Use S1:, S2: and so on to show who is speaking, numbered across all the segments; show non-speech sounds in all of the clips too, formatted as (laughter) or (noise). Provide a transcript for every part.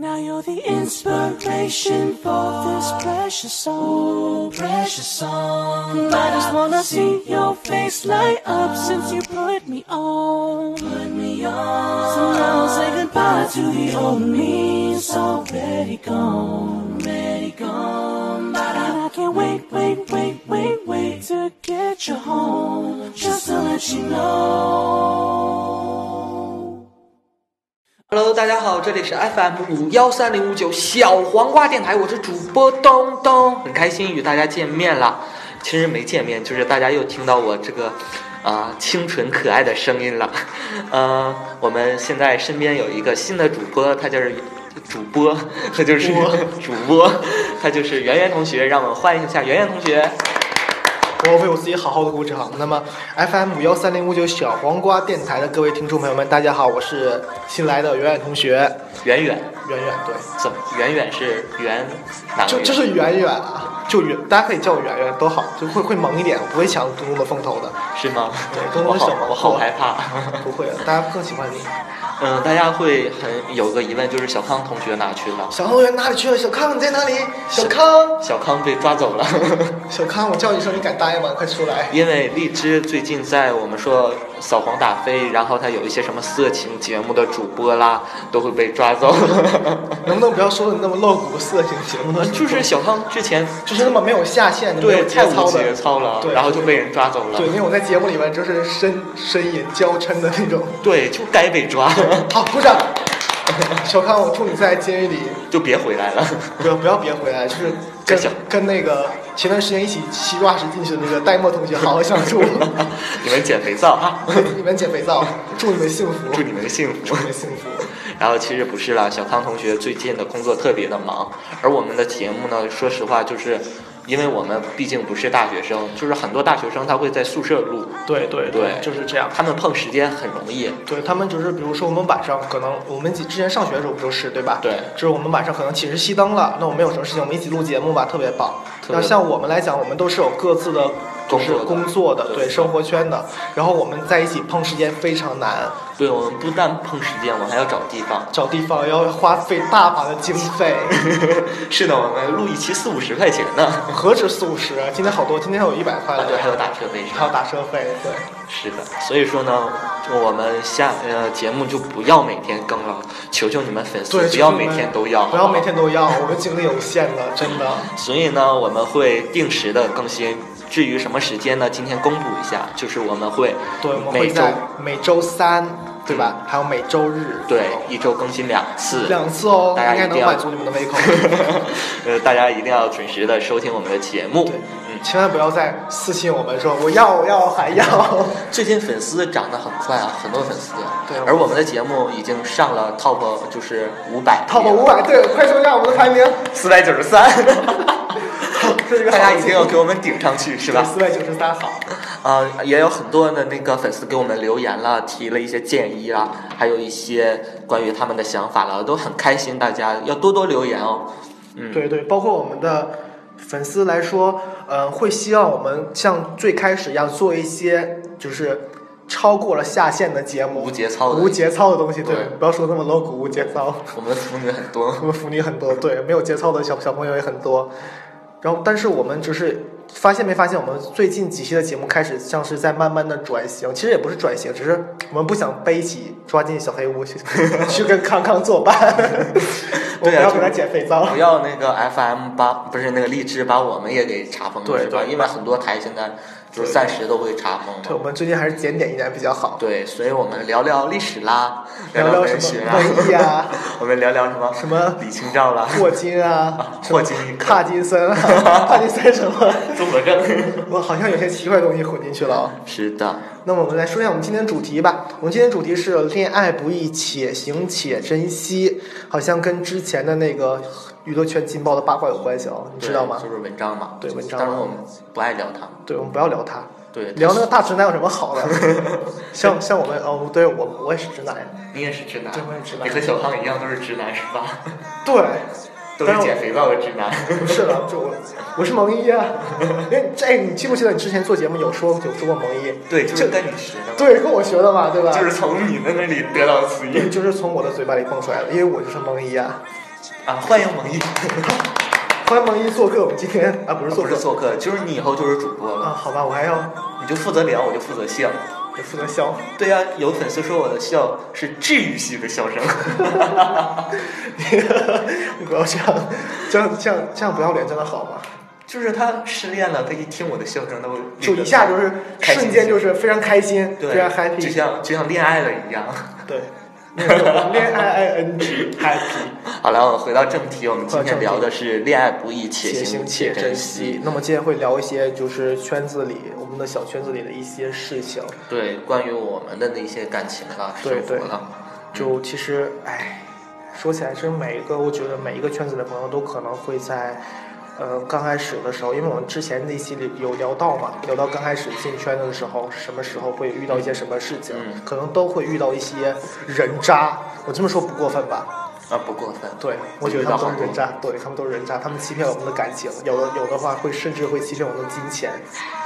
S1: Now you're the inspiration for this precious song, precious song. I just wanna see your face light up since you put me on, put me on. So now I'll say goodbye to the old me, it's already gone, already gone. But I can't wait, wait, wait, wait, wait to get you home, just to let you know.
S2: Hello，大家好，这里是 FM 五幺三零五九小黄瓜电台，我是主播东东，很开心与大家见面了。其实没见面，就是大家又听到我这个啊、清纯可爱的声音了。 (laughs) 呃，我们现在身边有一个新的主播，他就是主播，他就是 (laughs) 主播，他就是圆圆同学，让我们欢迎一下圆圆同学。
S3: 我为我自己好好的鼓掌。那么，FM 幺三零五九小黄瓜电台的各位听众朋友们，大家好，我是新来的圆圆同学，
S2: 圆圆，
S3: 圆圆，对，
S2: 怎么？圆圆是圆哪个
S3: 就
S2: 圆？
S3: 就是圆圆啊，就圆，大家可以叫我圆圆多好，就会会猛一点，我不会抢东东的风头的，
S2: 是吗？
S3: 对东
S2: 我
S3: 东是
S2: 好
S3: 小，黄
S2: 我好
S3: 瓜
S2: 害怕。
S3: 不会的，大家更喜欢你。
S2: 嗯，大家会很有个疑问，就是小康同学哪去了？
S3: 小康圆哪里去了？小康你在哪里？小康，
S2: 小康被抓走了， (laughs)
S3: 小康，我叫一声，你敢答应吗？快出来！
S2: 因为荔枝最近在我们说扫黄打非，然后他有一些什么色情节目的主播啦，都会被抓走。 (laughs)
S3: 能不能不要说的那么露骨色情节目呢？
S2: 就是小康之前
S3: 就是那么没有下限的，没
S2: 对
S3: 有
S2: 太
S3: 节
S2: 无
S3: 操的
S2: 节操了，
S3: 对
S2: 然后就被人抓走了
S3: 对，。因为我在节目里面就是呻呻吟娇嗔的那种。
S2: 对，就该被抓， (laughs)
S3: 好，鼓掌。 (laughs) 小康，我祝你在监狱里
S2: 就别回来了。 (laughs)
S3: 不要不要别回来，就是跟
S2: 小
S3: 跟那个前段时间一起吸抓时进去的那个戴墨 (laughs) 同学好好相处。 (laughs)
S2: 你们捡肥皂啊， (laughs)
S3: 你们减肥皂，祝你们幸福，
S2: 祝你们幸福
S3: 祝。你们幸福。
S2: 然后其实不是啦，小康同学最近的工作特别的忙，而我们的节目呢，说实话就是，因为我们毕竟不是大学生，就是很多大学生他会在宿舍录，
S3: 对对
S2: 对
S3: 就是这样。
S2: 他们碰时间很容易。
S3: 对他们就是，比如说我们晚上可能我们一起之前上学的时候不就是对吧？
S2: 对
S3: 就是我们晚上可能寝室熄灯了，那我们有什么事情我们一起录节目吧，特别棒。
S2: 特别
S3: 那像我们来讲，我们都是有各自的就
S2: 工
S3: 是
S2: 作的
S3: 工作的，
S2: 对
S3: 对生活圈的，然后我们在一起碰时间非常难，
S2: 对我们不但碰时间，我们还要找地方。 (laughs)
S3: 找地方要花费大把的经费，
S2: 是的，我们录一期四五十块钱呢。
S3: 何止四五十，今天好多，今天有一百块
S2: 啊，
S3: 了，
S2: 对，还有打车费啥
S3: 还有打车费，对，
S2: 是的，所以说呢，我们下呃节目就不要每天更了，求求你们粉丝
S3: 对，
S2: 不要每天都要，
S3: 不要每天都要，我们精力有限的，真的。
S2: 所以呢，我们会定时的更新。至于什么时间呢？今天公布一下，就是我们会
S3: 对，我们
S2: 每
S3: 会
S2: 周嗯
S3: 在每周三，对吧？还有每周日，
S2: 对一周更新两次。
S3: 两次哦，
S2: 大家
S3: 应
S2: 一
S3: 该
S2: 定
S3: 能
S2: 要
S3: 满足你们的胃口。
S2: (laughs) 呃，大家一定要准时的收听我们的节目
S3: 对。
S2: 嗯，
S3: 千万不要再私信我们说我要我要还
S2: (laughs)
S3: 要，
S2: 最近粉丝涨得很快啊，很多粉丝。
S3: 对
S2: 而我们的节目已经上了 top 就是五百
S3: top 五
S2: 嗯
S3: 百，对，快说一下我们
S2: (laughs)
S3: 的排名，
S2: 四百九十三。
S3: (laughs)
S2: (laughs)
S3: 这是一个
S2: 大家
S3: 好
S2: 一定
S3: 记
S2: 要给我们顶上去，是吧？
S3: 四百九十三好，
S2: 啊、也有很多的那个粉丝给我们留言了，提了一些建议啊，还有一些关于他们的想法了，都很开心，大家要多多留言哦。嗯，
S3: 对对，包括我们的粉丝来说，呃，会希望我们像最开始一样做一些就是超过了下限的节目，
S2: 无节操的
S3: 无节操的东西，对，
S2: 对
S3: 不要说那么 low 骨无节操。
S2: 我们的腐女很多
S3: 我，们腐女很多，对，没有节操的小小朋友也很多。然后，但是我们就是发现没发现，我们最近几期的节目开始像是在慢慢的转型，其实也不是转型，只是我们不想背起抓进小黑屋去 (laughs) 去跟康康作伴，我
S2: (laughs) 对
S3: 们
S2: 啊
S3: 要
S2: 就
S3: 给他减肥皂
S2: 不。要那个 FM 八不是那个荔枝把我们也给查封了，
S3: 对
S2: 是吧？
S3: 对
S2: 因为很多台现在就是暂时都会查封
S3: 对，
S2: 了。
S3: 我们最近还是检点一点比较好，
S2: 对，所以我们聊聊历史啦，
S3: 聊
S2: 聊
S3: 聊
S2: 文
S3: 什
S2: 学
S3: 么
S2: 啊，
S3: 文艺啊，
S2: 我们聊聊什么
S3: 什么
S2: 李清照啦，
S3: 霍金啊，
S2: (laughs) 霍金一
S3: 帕
S2: (laughs)
S3: 金森啊，帕金森什么，
S2: 综合 (laughs) 症。
S3: 我好像有些奇怪的东西混进去了哦。
S2: 是的，
S3: 那么我们来说一下我们今天的主题吧。我们今天的主题是恋爱不易，且行且珍惜，好像跟之前的那个娱乐圈劲爆的八卦有关系哦，你知道吗
S2: 对？就是文章嘛，
S3: 对文章
S2: 当然我们不爱聊它。
S3: 对，我们不要聊他，
S2: 对，
S3: 聊那个大直男有什么
S2: (laughs)
S3: 好的？像像我们哦，对我我也是直男，
S2: 你也是直男，
S3: 对我也是直男 (laughs)
S2: 你和小康一样都是直男是吧？
S3: 对，
S2: 都是减肥皂的直男。
S3: (laughs) 不是了，就我我是
S2: (laughs)
S3: 萌一啊。因为这、哎、你记不记得你之前做节目有说有说过萌一？
S2: 对，就是跟你学的嘛，
S3: 对，跟我学的嘛，对吧？
S2: 就是从你的那里得到词义
S3: 就是从我的嘴巴里蹦出来的，因为我就是萌一啊。
S2: (laughs) 啊，欢迎蒙毅，
S3: 欢迎萌一做客，我们今天啊不是做
S2: 不
S3: 客
S2: 是做客，就是你以后就是主播
S3: 啊，
S2: 了，
S3: 好吧，我还要
S2: 你就负责聊，我就负责笑。
S3: 得负责笑。
S2: 对呀、有粉丝说我的笑是治愈系的笑声。 (laughs)
S3: 你不要这样，这样这样这样不要脸，真的好吗？
S2: 就是他失恋了，他一听我的笑声，他会
S3: 就一下就是
S2: 开心
S3: 瞬间就是非常开心，
S2: 对，
S3: 非常 happy，
S2: 就像就像恋爱了一样。
S3: 对，那种恋爱 i n g happy，
S2: (laughs) 好了，我们回到正题，我们今
S3: 回到
S2: 天
S3: 正题
S2: 聊的是恋爱不易，且
S3: 且
S2: 行
S3: 行且
S2: 珍
S3: 珍惜。。那么今天会聊一些就是圈子里我们的小圈子里的一些事情，
S2: 对，关于我们的那些感情了、
S3: 对
S2: 生活
S3: 对
S2: 了，
S3: 就其实唉，说起来，其实每一个我觉得每一个圈子的朋友都可能会在。呃，刚开始的时候，因为我们之前那期里有聊到嘛，聊到刚开始进圈的时候，什么时候会遇到一些什么事情，
S2: 嗯
S3: 可能都会遇到一些人渣。我这么说不过分吧？
S2: 啊，不过分。
S3: 对，我觉得他们都是人渣，对他们都是人渣，他们欺骗我们的感情，有的有的话会甚至会欺骗我们的金钱。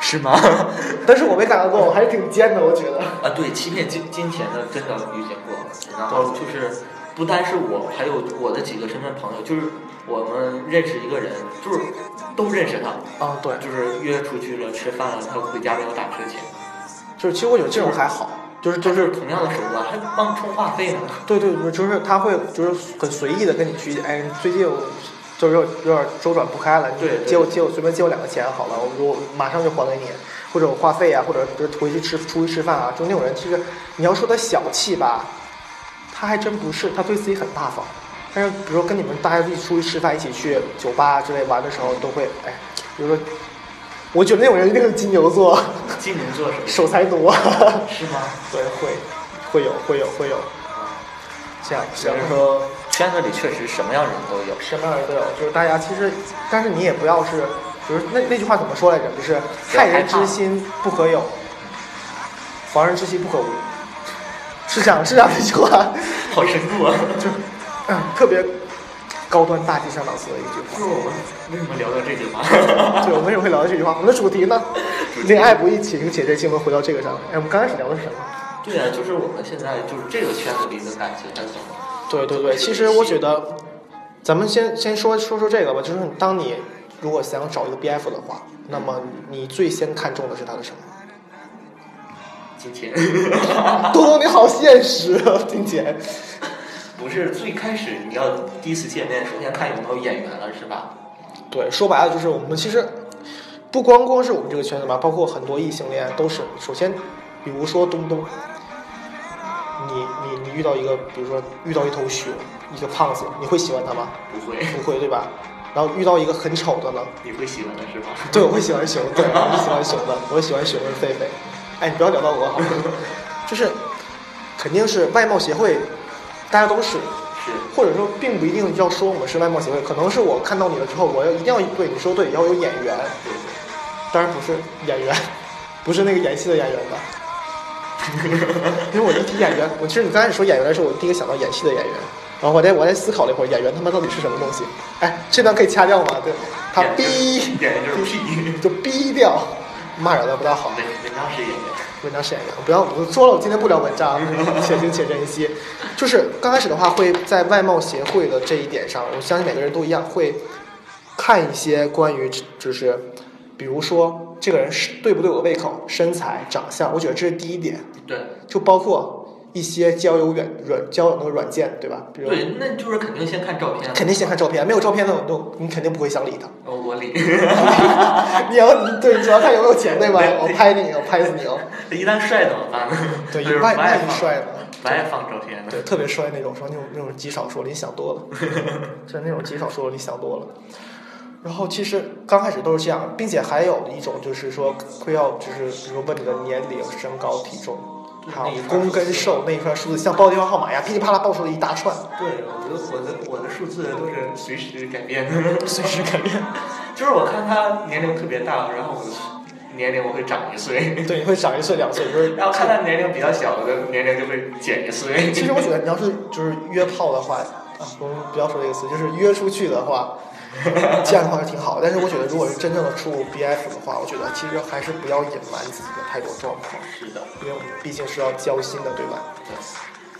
S2: 是吗？ (laughs) 啊，
S3: 但是我没感到过，我还是挺尖的，我觉得。
S2: 对，欺骗金金钱的真的遇见过，然后就是不单是我，还有我的几个身边朋友，就是我们认识一个人，就是都认识他，
S3: 啊，对，
S2: 就是约出去了吃饭了，他回家没有打车钱，
S3: 就是其实我觉得这种还好，就是就
S2: 就是是同样的手段，还帮充话费呢。 (laughs)
S3: 对对对，就是他会就是很随意的跟你去，哎，最近我就是有有点周转不开了，
S2: 对对
S3: 你借我借我随便借我两个钱好了，我说我马上就还给你，或者我话费啊，或者就是回去吃出去吃饭啊，就那种人，其实你要说他小气吧，他还真不是，他对自己很大方。但是比如说跟你们大家一起出去吃饭，一起去酒吧之类玩的时候，都会哎，比如说，我觉得那种人一定是金牛座， (laughs)
S2: 金牛座是
S3: 守财奴，
S2: 是吗？
S3: 对，会会有会有会有这样，
S2: 只
S3: 这样
S2: 能说圈子里确实什么样人都有。
S3: 什么样的都有，就是大家其实，但是你也不要是，就是那那句话怎么说来着？就是害人之心不可有，防人之心不可无，是这样是这样一句话， (coughs)
S2: 好深度啊！
S3: 就、嗯、特别高端大气上档次的一句
S2: 就是我们为什么聊到这句话？
S3: 话。对，我们为什么会聊到这句话？我们 (laughs) 的主题呢？恋爱不易，且行且珍惜。我们回到这个上面。哎，我们刚开始聊的是什么？
S2: (laughs) 对啊，就是我们现在就是这个圈子里的感情，它怎么？
S3: 对对对，其实我觉得，咱们先先说说说这个吧，就是当你如果想找一个 BF 的话，那么你最先看重的是他的什么？
S2: 今
S3: (laughs)
S2: 天
S3: 东东你好现实啊，金姐。
S2: 不是最开始你要第一次见面，首先看有没有眼缘了，是吧？
S3: 对，说白了就是我们其实不光光是我们这个圈子吧，包括很多异性恋都是。首先，比如说东东，你你你遇到一个，比如说遇到一头熊，一个胖子，你会喜欢他吗？
S2: 不会，
S3: 不会对吧？然后遇到一个很丑的呢，
S2: 你会喜欢的是吧？
S3: (laughs) 对，我会喜欢熊，对，我会喜欢熊的，我会喜欢熊是狒狒。哎，你不要聊到我好吗？ (laughs) 就是，肯定是外貌协会，大家都是，
S2: 是，
S3: 或者说并不一定要说我们是外貌协会，可能是我看到你了之后，我要一定要对你说对，要有眼缘，
S2: 对
S3: 当然不是演员，不是那个演戏的演员吧？ (laughs) 因为我一提演员，我其实你刚开始说演员的时候，我第一个想到演戏的演员，然后我在我在思考了一会儿，演员他妈到底是什么东西？哎，这段可以掐掉吗？对，他
S2: 演员
S3: 逼，
S2: 演员就是屁
S3: 就逼掉，骂人了不大好。
S2: 文文章是演员，
S3: 文章是演员，不要我说了，我今天不聊文章，且行且珍惜。就是刚开始的话，会在外貌协会的这一点上，我相信每个人都一样，会看一些关于就是，比如说这个人是对不对我胃口、身材、长相，我觉得这是第一点，
S2: 对
S3: 就包括一些交友软软交友那个软件，对吧？比如
S2: 对，那就是肯定先看照片。
S3: 肯定先看照片，没有照片的我都你肯定不会想理他。
S2: 哦，我理。 (laughs)
S3: 你要你对，你主要看有没有钱，对吧
S2: 对？
S3: 我拍你，我拍死你哦。
S2: 一旦帅怎么办呢？(laughs)
S3: 对，
S2: 就是
S3: 一
S2: 不
S3: 万
S2: 爱
S3: 万一
S2: 放，
S3: 帅了。
S2: 不爱放照片的。
S3: 对，特别帅那种，说那种那种极少数，你想多了，就是那种极少数，你想多了。然后其实刚开始都是这样，并且还有一种就是说会要就是比如说问你的年龄、身高、体重，还有公跟瘦那一串数字，像报电话号码呀，噼里啪啦报出了一大串。
S2: 对，我觉得我的我的数字都是随时改变的，
S3: 随时改变，
S2: 就是我看他年龄特别大，然后我的年龄我会长一
S3: (laughs)
S2: 岁，
S3: 对，你会长一岁两岁，就是
S2: 然后看他年龄比较小的年龄就会减一岁。
S3: 其实我觉得你要是就是约炮的话，啊，我们不要说这个词，就是约出去的话，这样的话是挺好。但是我觉得，如果是真正的处 BF 的话，我觉得其实还是不要隐瞒自己的太多状况，
S2: (laughs) 是的，
S3: 因为我们毕竟是要交心的，对吧？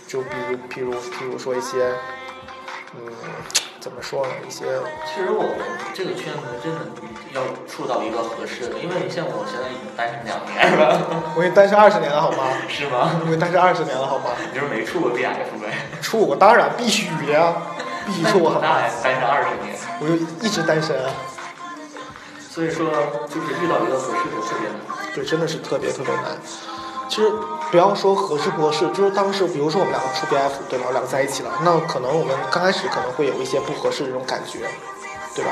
S3: 就比如，比如，比如说一些，嗯，怎么说呢？一些
S2: 其实我们这个圈子真的要处到一个合适的，因为像我现在已经单身两年了，
S3: 我已经单身二十年了，好吗？
S2: (laughs) 是吗？
S3: 我已经单身二十年了，好吗？
S2: 你就是没处过 BF 呗？
S3: 处过当然必须的呀，必须
S2: 那
S3: 处
S2: 你
S3: 过
S2: 多
S3: 好
S2: 大
S3: 吗？
S2: 呀？单身二十年，
S3: 我就一直单身啊，
S2: 所以说就是遇到一个合适的特别难。
S3: 对，真的是特别特别难。其实不要说合适不合适，就是当时比如说我们两个处 BF 对吧，我们两个在一起了，那可能我们刚开始可能会有一些不合适的这种感觉，对吧？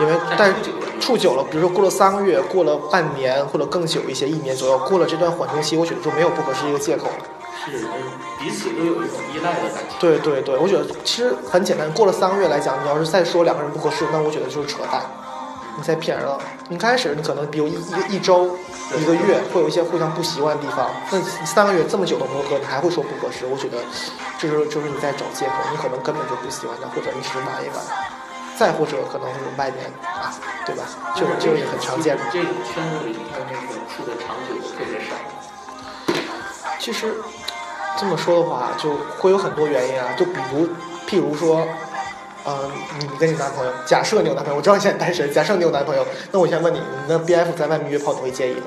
S3: 因为但
S2: 但
S3: 是
S2: 处久了就
S3: 处久了，比如说过了三个月，过了半年或者更久一些，一年左右，过了这段缓冲期，我觉得就没有不合适这个借口了。
S2: 是彼此都有一种依赖的感觉。
S3: 对对对，我觉得其实很简单。过了三个月来讲，你要是再说两个人不合适，那我觉得就是扯淡，你在骗人了。你开始你可能比如一一一周、一个月会有一些互相不习惯的地方，那三个月这么久的磨合，你还会说不合适，我觉得这就是就是你在找借口，你可能根本就不喜欢他，或者你只是玩一玩。再或者可能是外面啊，对吧？这种这种也很常见的。
S2: 这个圈子里面那个处的长久的特别少。
S3: 其实这么说的话，就会有很多原因啊，就比如，譬如说，呃，你你跟你男朋友，假设你有男朋友，我知道你现在单身，假设你有男朋友，那我先问你，你的 BF 在外面约炮，你会介意吗？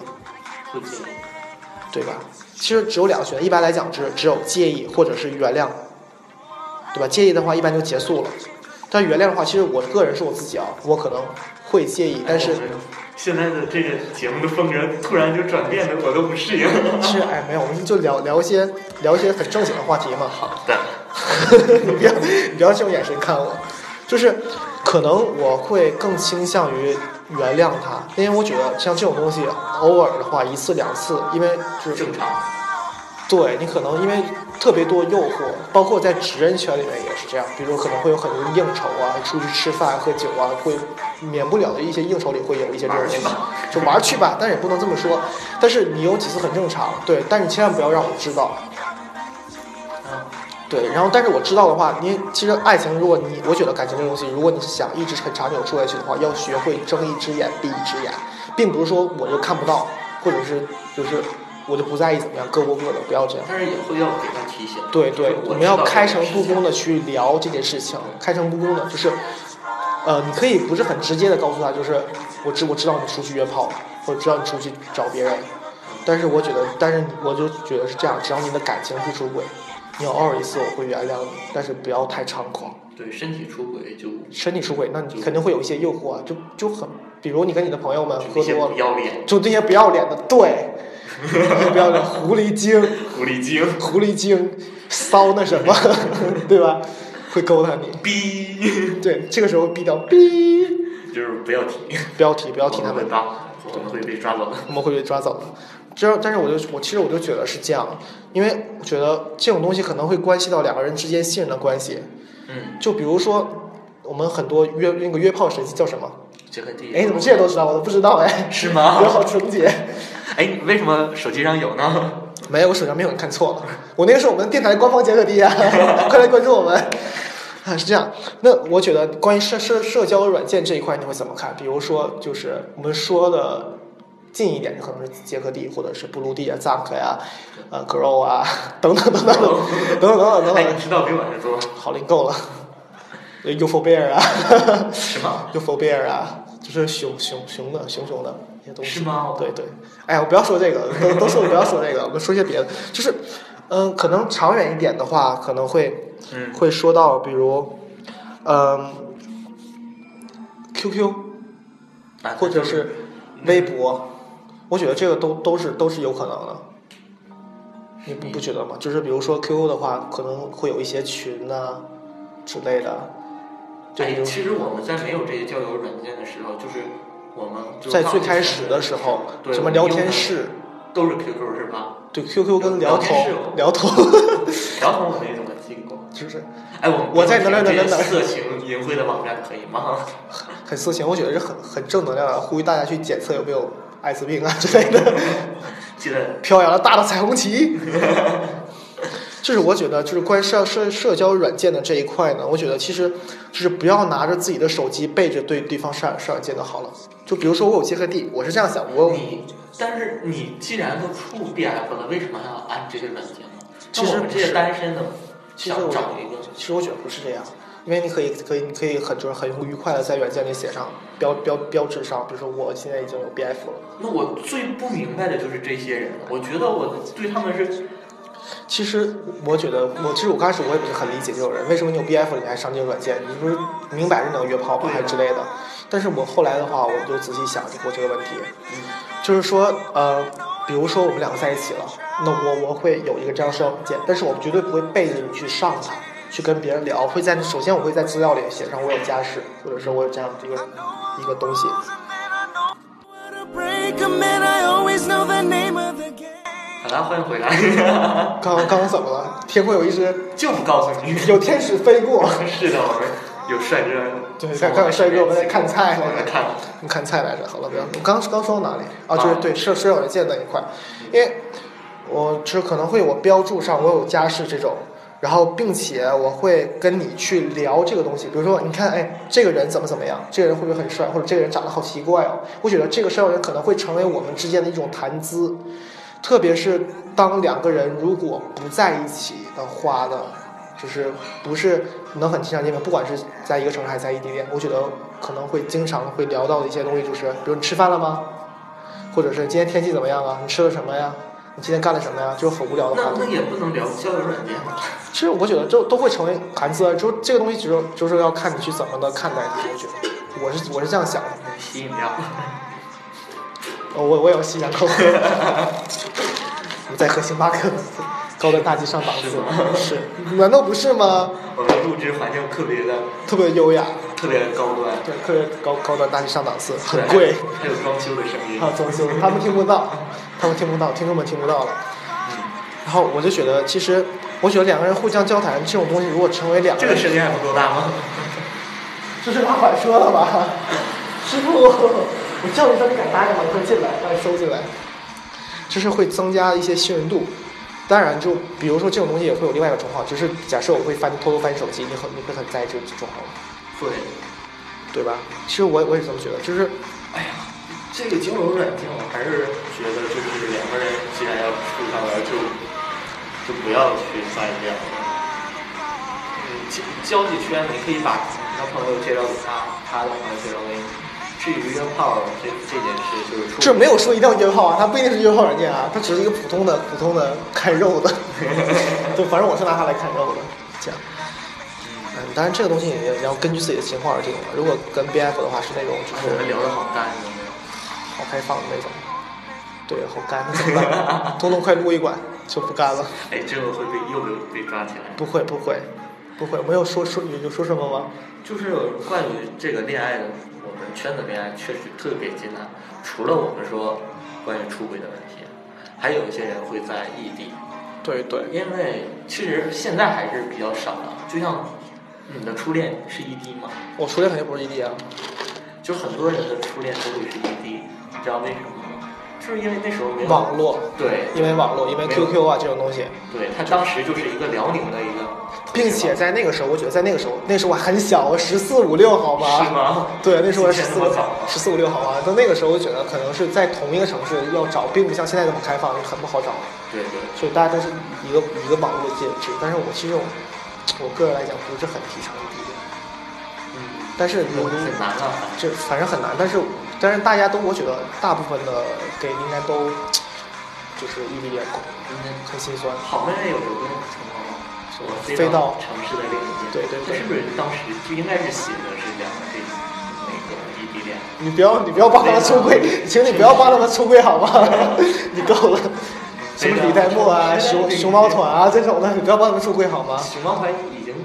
S2: 会介意。
S3: 对吧？其实只有两个选择，一般来讲只只有介意或者是原谅，对吧？介意的话一般就结束了，但原谅的话，其实我个人是我自己啊，我可能会介意，但
S2: 哎
S3: 是。
S2: 现在的这个节目的风格突然就转变的，我都不适应。
S3: 其实哎，没有，我们就聊聊一些聊一些很正经的话题嘛。好，
S2: 对，
S3: 你 (laughs) 不要你不要这种眼神看我，就是可能我会更倾向于原谅他，因为我觉得像这种东西，偶尔的话一次两次，因为就是
S2: 正常。
S3: 对你可能因为特别多诱惑，包括在职人圈里面也是这样，比如可能会有很多应酬啊，出去吃饭喝酒啊，会免不了的一些应酬里会有一些这种东
S2: 玩儿去
S3: 西
S2: 吧，
S3: 就玩儿去吧，但是也不能这么说，但是你有几次很正常，对，但是你千万不要让我知道，
S2: 嗯，
S3: 对，然后但是我知道的话，你其实爱情，如果你我觉得感情这个东西，如果你是想一直很长久处下去的话，要学会睁一只眼闭一只眼，并不是说我就看不到，或者是就是我就不在意怎么样，各过各的，不要这样。
S2: 但是也会要给他提醒。
S3: 对对，
S2: 就是
S3: 我
S2: 我
S3: 们要
S2: 知道
S3: 开
S2: 这个
S3: 诚布
S2: 事情
S3: 公的去聊这件事情，开诚布公的，就是，呃，你可以不是很直接的告诉他，就是我知我知道你出去约炮了，或者知道你出去找别人，但是我觉得，但是我就觉得是这样，只要你的感情不出轨，你偶尔一次我会原谅你，但是不要太猖狂。
S2: 对身体出轨就
S3: 身体出轨，那你肯定会有一些诱惑啊，就就很，比如你跟你的朋友们
S2: 就
S3: 喝
S2: 一些
S3: 多
S2: 不
S3: 了，
S2: 要脸、
S3: 就这些不要脸的，对， (laughs) 这些不要脸狐狸精。
S2: (laughs) 狐狸精、
S3: 狐狸精骚那什么， (laughs) 对吧？会勾搭你。
S2: 逼，
S3: 对，这个时候逼掉，逼，
S2: 就是不要提，
S3: 不要提，不
S2: 不
S3: 要提他
S2: 们
S3: 们，
S2: 吧，我们会被抓走的。
S3: 我们会被抓走的。这样，但是我就我其实我就觉得是这样，因为我觉得这种东西可能会关系到两个人之间信任的关系。
S2: 嗯，
S3: 就比如说，我们很多约那个约炮神器叫什么？
S2: 杰克蒂。
S3: 哎，怎么这些都知道？我都不知道哎，
S2: 是
S3: 我
S2: 吗？
S3: 好纯洁。
S2: 哎，你为什么手机上有呢？
S3: 没有，我手上没有，你看错了。我那个是我们电台官方杰克迪啊， (laughs) 快来关注我们。 (laughs) 啊，是这样。那我觉得关于社社社交软件这一块，你会怎么看？比如说，就是我们说的近一点，可能是杰克迪，或者是布鲁迪啊、Zack 呀、呃 Grow 啊 (laughs) 等等等等等等等等等等
S2: 哎，
S3: 等
S2: 你。知道比我还多。
S3: 好了，你够了。UFO Bear 啊
S2: 是吗？
S3: ，UFO Bear 啊，就是熊熊熊的熊熊的一些东西。
S2: 是吗？
S3: 对对，哎，我不要说这个，都都说不要说这个，我们说些别的。就是，嗯、可能长远一点的话，可能会
S2: 嗯，
S3: 会说到，比如，嗯、q q
S2: 啊
S3: 或者是微博，我觉得这个都都是都是有可能的。你不不觉得吗？就是比如说 QQ 的话，可能会有一些群啊之类的，就比
S2: 哎，
S3: 如
S2: 其实我们在没有这些交友软件的时候，就是我们就
S3: 在最开始的时候，
S2: 对
S3: 什
S2: 我
S3: 么
S2: 们
S3: 聊
S2: 用
S3: 天
S2: 的
S3: 室，
S2: 都是 QQ 是吧？
S3: 对 QQ 跟
S2: 聊
S3: 聊
S2: 天
S3: 头
S2: 室我
S3: 聊头， (laughs)
S2: 聊天我没怎么进过。
S3: 就是
S2: 哎，我们
S3: 我在哪哪哪哪
S2: 这些
S3: 哪
S2: 色情淫秽的网站可以吗？
S3: 很色情，我觉得是很很正能量的，呼吁大家去检测有没有艾 (laughs) 滋病啊之类的，
S2: 记得
S3: 飘扬了大的彩虹旗。 (laughs) 就是我觉得，就是关于社社社交软件的这一块呢，我觉得其实就是不要拿着自己的手机背着对对方删删软件的好了。就比如说我有接个地，我是这样想，我
S2: 你，但是你既然都出 BF 了，为什么还要按这个软件呢？
S3: 其实
S2: 那我们这
S3: 不
S2: 些
S3: 是
S2: 单身的，
S3: 其实
S2: 想
S3: 我
S2: 找一个，
S3: 其实我觉得不是这样，因为你可以可以你可以很就是很愉快的在软件里写上标标标志上，比如说我现在已经有 BF 了。
S2: 那我最不明白的就是这些人，我觉得我对他们是
S3: 其实我觉得我其实我刚开始我也不是很理解这种人，为什么你有 BF 了你还上这个软件？你不是明摆着能约炮吗？还是之类的？但是我后来的话，我就仔细想过这个问题，就是说呃，比如说我们两个在一起了，那我我会有一个这样的社交软件，但是我绝对不会背着你去上它。去跟别人聊，会在首先我会在资料里写上我有家室，或者是我有这样的一个一个东西，
S1: Break a man, I always know the name of the game.
S2: 好了，欢迎回来，
S3: 刚刚刚怎么了？天空有一只
S2: (laughs) 就不告诉你。
S3: 有天使飞过。
S2: 是的，我们有帅哥，
S3: 对，刚刚有帅哥，我们在看菜
S2: 我在
S3: 来着，
S2: 看。
S3: 我们看菜来着。好了，不要。我刚刚说到哪里？啊，就
S2: 啊
S3: 是对社社交软件那一块，因为我就是可能会我标注上我有家室这种，然后并且我会跟你去聊这个东西，比如说你看，哎，这个人怎么怎么样，这个人会不会很帅，或者这个人长得好奇怪哦，我觉得这个社交人可能会成为我们之间的一种谈资，特别是当两个人如果不在一起的话呢，就是不是能很经常见面，不管是在一个城市还是在异地恋，我觉得可能会经常会聊到的一些东西，就是比如你吃饭了吗？或者是今天天气怎么样啊？你吃了什么呀？你今天干了什么呀？就很无聊的话
S2: 那
S3: 题
S2: 那。也不能聊交友软件吧？
S3: 其实我觉得就都会成为谈资，就这个东西只有就是要看你去怎么的看待它。我觉得我是我是这样想的，
S2: 吸引量。
S3: 呃我我也要吸两口。 (laughs) 我在喝星巴克高端大气上档次，是难道不是吗？
S2: 我们录制环境特别的，
S3: 特别优雅，
S2: 特别的高端，
S3: 对，特别高高端大气上档次，很
S2: 对
S3: 贵。
S2: 还有装修的声音
S3: 还。有装修，他们听不到，他们听不到，听众们听不到了。
S2: 嗯
S3: 然后我就觉得，其实我觉得两个人互相交谈这种东西，如果成为两个
S2: 这个
S3: 人，
S2: 声音还不够大吗？
S3: 这是老板说的吧？师傅，我叫你一声，你敢答应吗？快进来，把你收进来。就是会增加一些信任度。当然，就比如说这种东西也会有另外一个状况，就是假设我会翻偷偷翻你手机，你很你会很在意这种状况，
S2: 对，
S3: 对吧？其实我我也是这么觉得，就是
S2: 哎呀，这个交友软件我还是觉得就是两个人既然要处上了，就就不要去翻脸了。嗯，交交际圈你可以把你的朋友介绍给他，他的朋友介绍给你。至于约炮这这件事，就是出
S3: 这没有说一定要约炮啊，它不一定是约炮软件啊，它只是一个普通的、普通的看肉 (laughs) 的，就反正我是拿它来看肉的，这样。嗯，当然这个东西也也要根据自己的情况而定了。如果跟 BF 的话是那种就
S2: 我们
S3: 是
S2: 聊的好干净。
S3: 好开放的那种，对，好干，那怎么 (laughs) 办？东东快撸一管就不干了，
S2: 哎，这个会被又被被抓起来。
S3: 不会不会不会，我有说说有有说什么吗？
S2: 就是关于这个恋爱的，我们圈子恋爱确实特别艰难。除了我们说关于出轨的问题，还有一些人会在异地，
S3: 对对，
S2: 因为其实现在还是比较少的。就像你的初恋是异地吗？
S3: 我初恋肯定不是异地啊，
S2: 就很多人的初恋都会是异地，你知道为什么吗？就是因为那时候没有
S3: 网，络，
S2: 对
S3: 因为网络，因为
S2: 没有
S3: QQ 啊这种东西。
S2: 对，他当时就是一个辽宁的一个，
S3: 并且在那个时候，我觉得在那个时候，那时候我还很小，我十四五六，好吧？
S2: 是吗
S3: 对，那时候我十
S2: 今天这
S3: 四
S2: 么早吗
S3: 十四五六，好吧？到那个时候，我觉得可能是在同一个城市要找，并不像现在这么开放，很不好找，
S2: 对对。
S3: 所以大家都是一个一个网络介质。但是我其实我我个人来讲不是很提倡异地恋，
S2: 嗯，
S3: 但是
S2: 很
S3: 如
S2: 难啊，
S3: 这反正很难，但是但是大家都，我觉得大部分的 gay 应该都就是异地恋过，
S2: 应该
S3: 很心酸。
S2: 好妹妹有流过那种情况吗？是我
S3: 飞
S2: 到
S3: 到
S2: 城市的另一边。
S3: 对对对
S2: 这是不是当时就应该是写的是两个这那个异地恋？
S3: 你不要，你不要扒拉出轨，请你不要扒拉他出轨好吗？ (laughs) 你够了。什么李代沫啊、熊熊猫团啊这种的，你不要帮他们出轨好吗？
S2: 啊熊猫团已经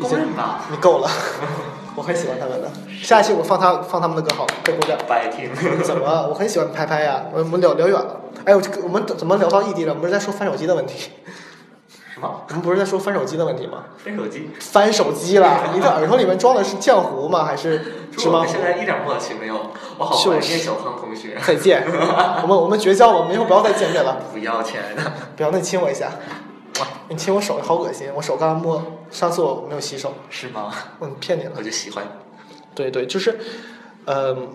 S2: 公认吧？
S3: 你够了， (laughs) 我很喜欢他们的。下一期我放他放他们的歌好了，再鼓掌。
S2: 白听。
S3: 怎么了？我很喜欢拍拍呀、我我们聊聊远了。哎，我这个我们怎么聊到异地了？我们不是在说翻手机的问题， (laughs)
S2: 什么？
S3: 我们不是在说翻手机的问题吗？
S2: 分手机？
S3: 翻手机
S2: (laughs)
S3: 了，你的耳朵里面装的是浆糊吗？还是芝
S2: 说我
S3: 麻
S2: 们
S3: 糊？
S2: 现在一点默契没有，我好怀念小康同学。 (laughs)
S3: 再见，我们我们绝交吧，我们以后不要再见面了。
S2: (laughs) 不要，亲爱的。
S3: 不要，那你亲我一下。你亲我手好恶心，我手刚刚摸，上次我没有洗手，
S2: 是吗？
S3: 嗯，骗你了
S2: 我。就喜欢你。
S3: 对对，就是，嗯，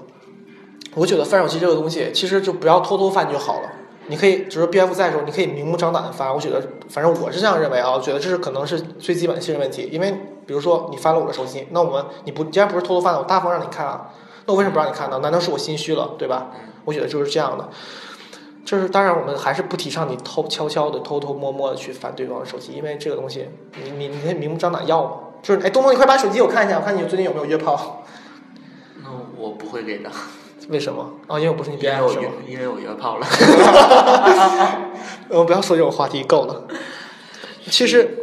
S3: 我觉得发手机这个东西，其实就不要偷偷翻就好了。你可以，就是 B F 在的时候，你可以明目张胆的翻。我觉得，反正我是这样认为啊，我觉得这是可能是最基本的信任问题。因为比如说你翻了我的手机，那我们你不，你既然不是偷偷翻的，我大方让你看啊，那我为什么不让你看呢？难道是我心虚了，对吧？我觉得就是这样的。就是当然，我们还是不提倡你偷悄悄的、偷偷摸摸的去翻对方的手机，因为这个东西，你你你可以明目张胆要嘛。就是哎，东东，你快把手机我看一下，我看你最近有没有约炮。
S2: 那我不会给的，
S3: 为什么？啊、因为我不是你
S2: 因
S3: 别
S2: 为
S3: 人
S2: 我
S3: 是吗？
S2: 约因为我约
S3: (laughs)
S2: 炮了。
S3: 呃我们不要说这种话题，够了。其实，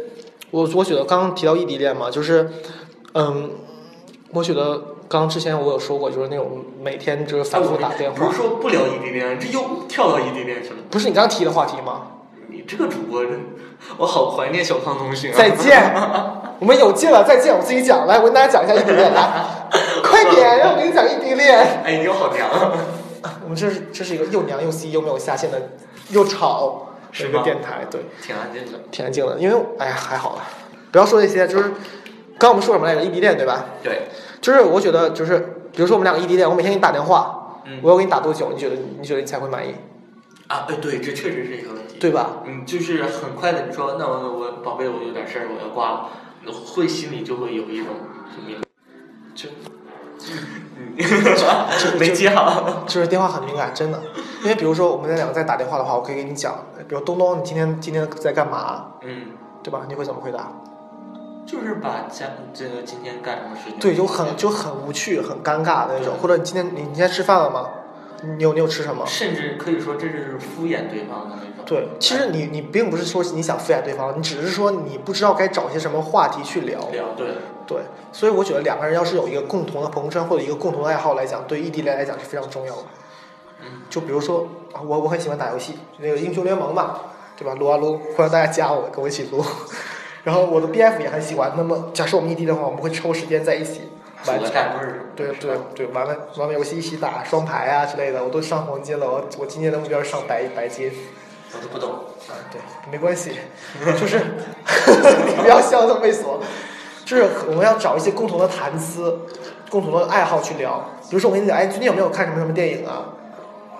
S3: 我我觉得刚刚提到异地恋嘛，就是，嗯，我觉得刚刚之前我有说过，就是那种每天就是反复打电
S2: 哎不
S3: 话
S2: 是，说不聊异地恋，这又跳到异地恋去了。
S3: 不是你刚提的话题吗？
S2: 你这个主播真，我好怀念小胖同学、啊。
S3: 再
S2: (laughs)
S3: 见，我们有劲了，再见，我自己讲，来，我跟大家讲一下异地恋，来，
S2: (laughs)
S3: 快点，让我跟你讲异地恋。 (laughs)
S2: 哎，你又好娘啊！
S3: 我们这是这是一个又娘又西又没有下限的又吵的
S2: 是
S3: 一个
S2: 吗
S3: 电台，对。
S2: (laughs) 挺安静的。
S3: 挺安静的，因为哎呀还好了，不要说这些，就是刚刚我们说什么来着？异地恋对吧？
S2: 对，
S3: 就是我觉得就是，比如说我们两个异地恋，我每天给你打电话，
S2: 嗯
S3: 我要给你打多久？你觉得你觉得你才会满意，
S2: 啊，哎，对，这确实是一个问题。
S3: 对吧？
S2: 嗯，就是很快的，你说那我我宝贝，我有点事儿，我要挂了，会心里就会有一种什么？就
S3: 就
S2: 没接好。
S3: 就是电话很敏感，真的。因为比如说我们两个在打电话的话，我可以给你讲，比如东东，你今天今天在干嘛，
S2: 嗯，
S3: 对吧？你会怎么回答？
S2: 就是把家这个今天干什么事情？
S3: 对，就很就很无趣，很尴尬的那种。或者你今天你你今天吃饭了吗？你有你有吃什么？
S2: 甚至可以说这就是敷衍对方的那种。
S3: 对，其实你你并不是说你想敷衍对方，你只是说你不知道该找些什么话题去聊。
S2: 聊对，
S3: 对，所以我觉得两个人要是有一个共同的朋友圈或者一个共同的爱好来讲，对异地恋来讲是非常重要的。
S2: 嗯，
S3: 就比如说啊，我我很喜欢打游戏，那个英雄联盟嘛，对吧？撸啊撸，欢迎大家加我，跟我一起撸。 (laughs) 然后我的 BF 也很喜欢，那么假设我们异地的话，我们会抽时间在一起
S2: 组
S3: 玩
S2: 个。战队儿。
S3: 对对对，玩玩玩玩游戏一起打双排啊之类的，我都上黄金了，我我今年的目标是上白白金。
S2: 我都不懂。
S3: 啊，对，没关系，就是 (laughs) 你不要笑得那么猥琐，就是我们要找一些共同的谈资，共同的爱好去聊。比如说，我跟你讲，哎，你最近有没有看什么什么电影啊？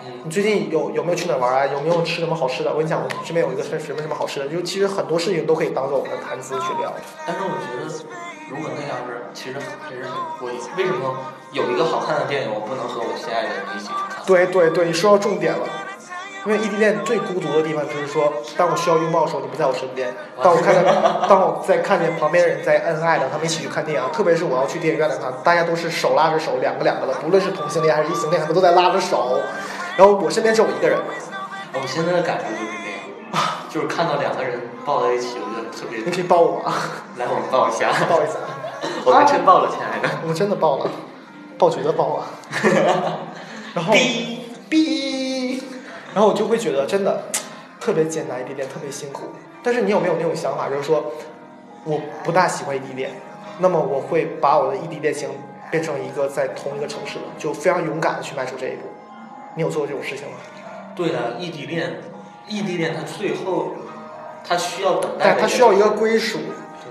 S2: 嗯，
S3: 你最近有有没有去哪儿玩啊？有没有吃什么好吃的？我跟你讲，我这边有一个什什么什么好吃的，就其实很多事情都可以当做我们的谈资去聊。
S2: 但是我觉得，如果那样式儿，其实很还是很过瘾。为什么有一个好看的电影，我不能和我心爱的人一起去看？
S3: 对对对，你说到重点了。因为异地恋最孤独的地方就是说，当我需要拥抱的时候，你不在我身边；当我看见，当我在看见旁边的人在恩爱的，他们一起去看电影，特别是我要去电影院的话，大家都是手拉着手，两个两个的，不论是同性恋还是异性恋，他们都在拉着手。然后我身边只有一个人，
S2: 啊我现在的感受就是这样， (laughs) 就是看到两个人抱在一起，我觉得特别
S3: 你。可以抱我啊，
S2: 来，我们抱一下。
S3: (laughs) 抱啊一下，
S2: 我们真抱了，亲爱的。
S3: 我真的抱了，抱觉得抱啊。然后
S2: 哔
S3: 哔，然后我就会觉得真的特别艰难，异地恋特别辛苦。但是你有没有那种想法，就是说我不大喜欢异地恋，那么我会把我的异地恋情变成一个在同一个城市的，就非常勇敢的去迈出这一步。你有做过这种事情吗？
S2: 对啊，异地恋，异地恋，它最后，它需要等待
S3: 但
S2: 的人。
S3: 它需要一个归属，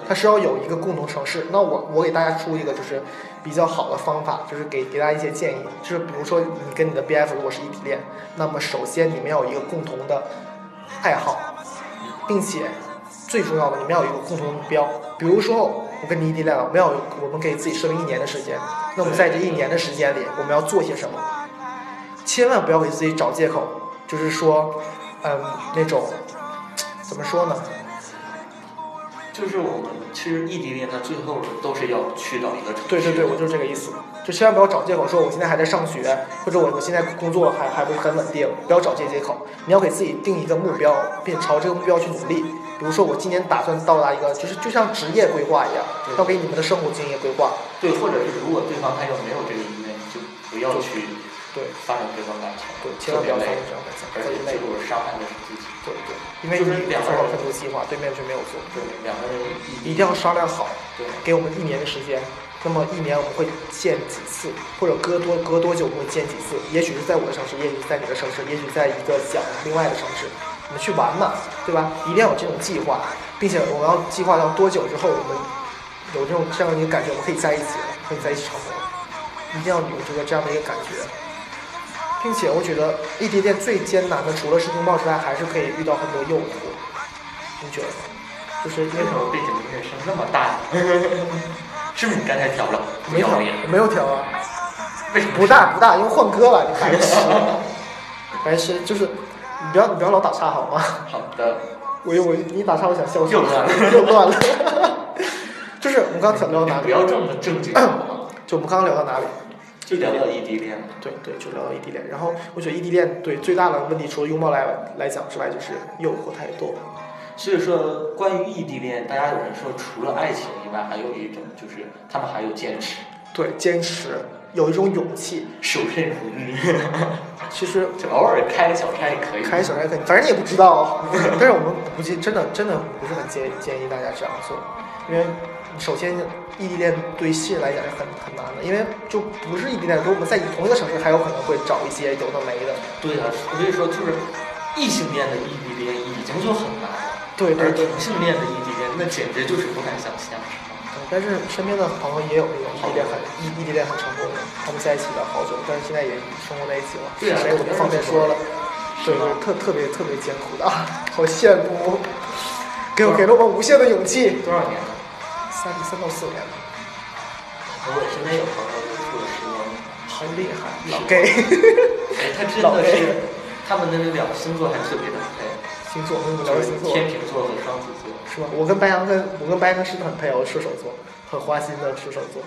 S3: 它需要有一个共同城市。那我我给大家出一个就是比较好的方法，就是给给大家一些建议，就是比如说你跟你的 BF 如果是异地恋，那么首先你们要有一个共同的爱好，并且最重要的你们要有一个共同的目标。比如说我跟你异地恋了，我们要有我们给自己设定一年的时间，那我们在这一年的时间里，我们要做些什么？千万不要给自己找借口，就是说，嗯，那种怎么说呢？
S2: 就是我们其实异地恋，它最后都是要去到一个城市。
S3: 对对对，我就是这个意思，就千万不要找借口说我现在还在上学，或者我我现在工作还还不是很稳定，不要找这些借口。你要给自己定一个目标，并朝这个目标去努力。比如说我今年打算到达一个，就是就像职业规划一样，
S2: 对
S3: 要给你们的生活进行规划。
S2: 对，或者是如果对方他又没有这个意愿，就不要去
S3: 对
S2: 发展对方感情，
S3: 对，千
S2: 特
S3: 万不
S2: 别
S3: 要发
S2: 累
S3: 生，这样的想法，
S2: 而
S3: 特别
S2: 且
S3: 累
S2: 结。果伤害的是自己。
S3: 对对，因为
S2: 就是
S3: 你
S2: 两个
S3: 做好
S2: 人
S3: 分头计划，对面却没有做，
S2: 对，两个人
S3: 一定要商量好。
S2: 对
S3: 给我们一年的时间，那么一年我们会见几次，或者隔多隔多久我们会见几次？也许是在我的城市，也许是在你的城市，也许在一个小另外的城市，我们去玩嘛，对吧？一定要有这种计划，并且我们要计划到多久之后，我们有这种这样的一个感觉，我们可以在一起了，可以在一起生活，一定要有这个这样的一个感觉。并且我觉得异地恋最艰难的，除了是拥抱之外，还是可以遇到很多诱惑。你觉得呢？就是因为
S2: 为什么背景音乐声那么大？是不是你刚才调了？不
S3: 没
S2: 要
S3: 调
S2: 脸！，
S3: 没有调啊，
S2: 为什么
S3: 不大不大，因为换歌了，你白痴，白痴，就是你不要你不要老打岔好吗？ (laughs)
S2: 好的，
S3: 我我你打岔，我想笑死
S2: 又乱了
S3: 又乱了。 (laughs) 就是我们刚刚聊到哪
S2: 你不
S3: 里？ (coughs)
S2: 要这么正经好吗？
S3: 就我们刚刚聊到哪里？
S2: 就聊聊异地恋。
S3: 对对，就聊到异地恋。然后我觉得异地恋对最大的问题，除了拥抱来来讲之外，就是诱惑太多。
S2: 所以说，关于异地恋，大家有人说除了爱情以外，还有一种就是他们还有坚持，
S3: 对，坚持有一种勇气。
S2: 守身如玉，
S3: (laughs) 其实
S2: 就偶尔开个小差也可以。
S3: 开小开肯，反正你也不知道， (laughs) 但是我们不建真的真的不是很建议建议大家这样做，因为首先异地恋对新人来讲是很很难的，因为就不是异地恋，如果我们在同一个城市，还有可能会找一些有的没的。
S2: 对啊，所以说就是异性恋的异地恋已经就很难了，
S3: 对对
S2: 而
S3: 对，
S2: 同性恋的异地恋那简直就是不敢想象。是吧
S3: 但是身边的朋友也有那种异地恋很异异地恋很成功的，他们在一起了好久，但是现在也生活在一起了，
S2: 对啊
S3: 谁我不方便说了。对
S2: 是吧
S3: 对，特特别特别艰苦的，啊，好羡慕， (laughs) 给我给了我们无限的勇气。
S2: 多少年了？
S3: 三三到四年了。
S2: 我身边有朋友就处了十多年，
S3: 好厉害，
S2: 老
S3: gay
S2: 哎，他真
S3: 老
S2: 的
S3: 黑
S2: 是，他们的那两个星座还特别的配，
S3: 星座，我跟你们聊
S2: 就
S3: 聊
S2: 是
S3: 星座
S2: 天秤座和双子座。
S3: 是吧？我跟白羊跟我跟白羊是很配哦，我是射手座，很花心的射手座，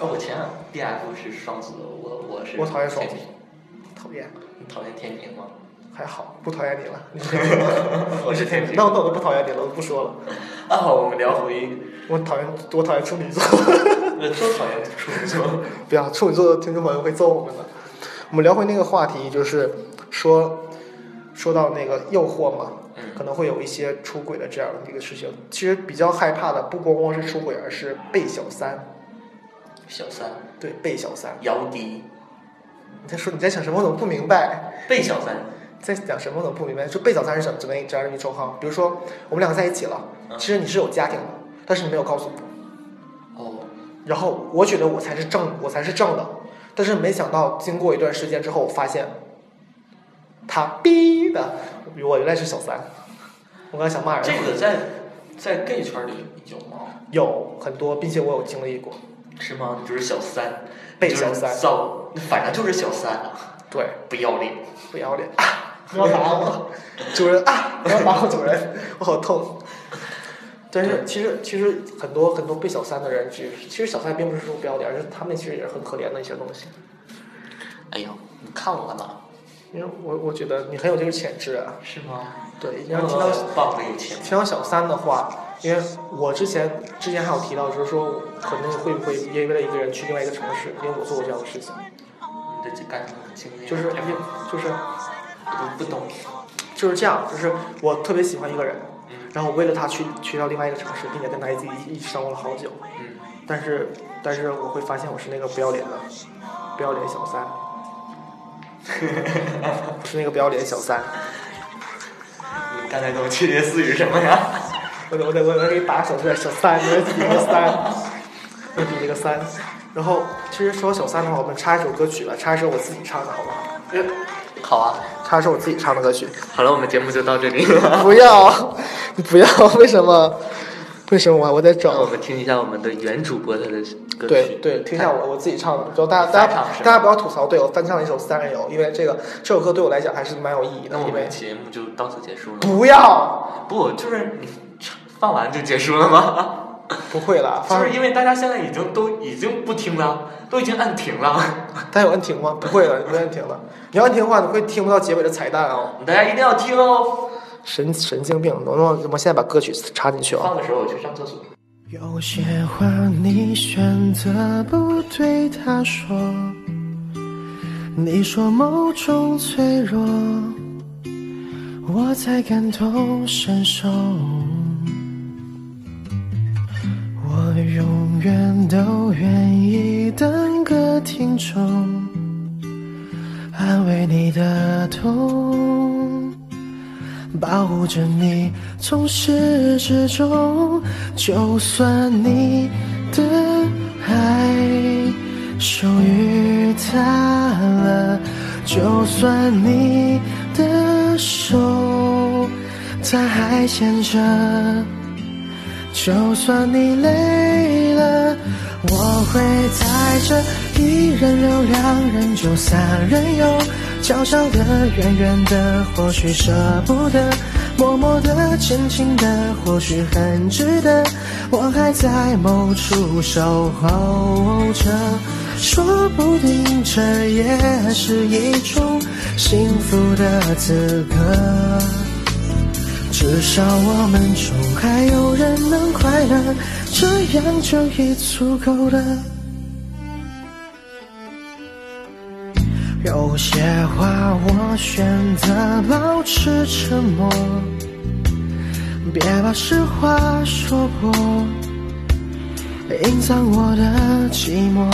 S2: 哦，我前两天 BF 是双子，我我是
S3: 我讨厌双子
S2: 天秤
S3: 讨厌，
S2: 你讨厌天平吗？
S3: 还好不讨厌你了，你是天秤吗
S2: 我是天秤
S3: 那我那我就不讨厌你了，我不说了，
S2: 啊，好，我们聊回，
S3: 我讨厌我讨厌处女座，
S2: 呃，都讨厌处女座。
S3: 不要处女座的听众朋友会揍我们的。我们聊回那个话题，就是说说到那个诱惑嘛，
S2: 嗯，
S3: 可能会有一些出轨的这样的一个事情。其实比较害怕的不光光是出轨，而是被小三，
S2: 小三，
S3: 对被小三。
S2: 姚笛，
S3: 你在说你在想什么？我怎么不明白？
S2: 被小三，
S3: 在讲什么？我怎么不明白？就被小三是什么怎么这样的一个绰号？比如说我们两个在一起了，
S2: 嗯
S3: 其实你是有家庭的，但是你没有告诉我。
S2: 哦，
S3: 然后我觉得我才是正，我才是正的，但是没想到经过一段时间之后，我发现他逼的，我原来是小三。我刚才想骂人，
S2: 这个在在 gay 圈里有吗？
S3: 有很多，并且我有经历过。
S2: 是吗？你就是小三，
S3: 被
S2: 你就是
S3: 小三
S2: 造，反正就是小三啊，
S3: 对，
S2: 不要脸。
S3: 不要脸啊！不要打我， (laughs) 主人啊！不要打我，主人， (laughs) 我好痛。但是其实其实很多很多被小三的人，其实其实小三并不是说不要脸，而是他们其实也是很可怜的一些东西。
S2: 哎呀，你看我干嘛？
S3: 因为我我觉得你很有这个潜质啊。
S2: 是吗？
S3: 对，你
S2: 然
S3: 要
S2: 后
S3: 听到
S2: 棒的有钱，
S3: 听到小三的话，因为我之前之前还有提到，就是说我可能会不会因为了一个人去另外一个城市，因为我做过这样的事情，
S2: 你这干什么经历？
S3: 就是
S2: 哎呀
S3: 就是
S2: 不不懂。
S3: 就是这样，就是我特别喜欢一个人
S2: 嗯，
S3: 然后我为了他去去到另外一个城市，并且跟他一起一一起生活了好久。
S2: 嗯，
S3: 但是但是我会发现我是那个不要脸的，不要脸小三， (laughs) 我是那个不要脸小三。
S2: 你刚才跟我窃窃私语什么呀？
S3: 我得我得我得给你打个手势，小三，我得比一个三，我得比一个三。然后其实说小三的话，我们插一首歌曲吧，插一首我自己唱的好不好？
S2: (laughs) 好啊，
S3: 插一首我自己唱的歌曲。
S2: 好了，我们节目就到这里 (laughs) 了。
S3: 不要， (laughs) 你不要，为什么？为什么？我得
S2: 让我
S3: 找。
S2: 们听一下我们的原主播他的歌曲。
S3: 对对，听一下我我自己唱的，就大家大
S2: 翻
S3: 家
S2: 唱是吧
S3: 大家不要吐槽，对我翻唱了一首《三人游》，因为这个这首歌对我来讲还是蛮有意义的
S2: 哎那，我
S3: 因为
S2: 们节目就到此结束了。
S3: 不要，
S2: 不，就是你放完就结束了
S3: (laughs)
S2: 吗？
S3: 不会啦，
S2: 就
S3: 放
S2: 是因为大家现在已经都已经不听了，都已经按停了。
S3: 它有按停吗？不会的，不会按停的。你要按停的话，你会听不到结尾的彩蛋哦。
S2: 大家一定要听哦。
S3: 神神经病，能不能我现在把歌曲插进去啊？
S2: 放的时候我去上厕所。
S1: 有些话你选择不对他说，你说某种脆弱，我才感同身受。我永远都愿意当个听众，安慰你的痛。保护着你，从始至终。就算你的爱属于他了，就算你的手他还牵着。就算你累了，我会在这一人留两人就三人游，悄悄的远远的，或许舍不得，默默的轻轻的，或许很值得，我还在某处守候着，说不定这也是一种幸福的资格。至少我们中还有人能快乐，这样就已足够了。有些话我选择保持沉默，别把实话说破，隐藏我的寂寞。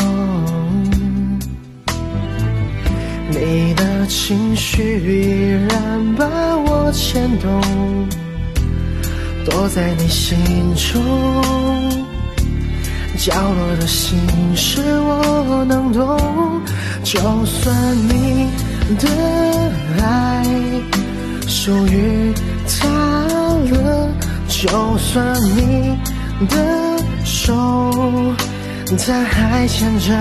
S1: 你的情绪依然把我牵动，躲在你心中，角落的心事我能懂。就算你的爱属于他了，就算你的手他还牵着。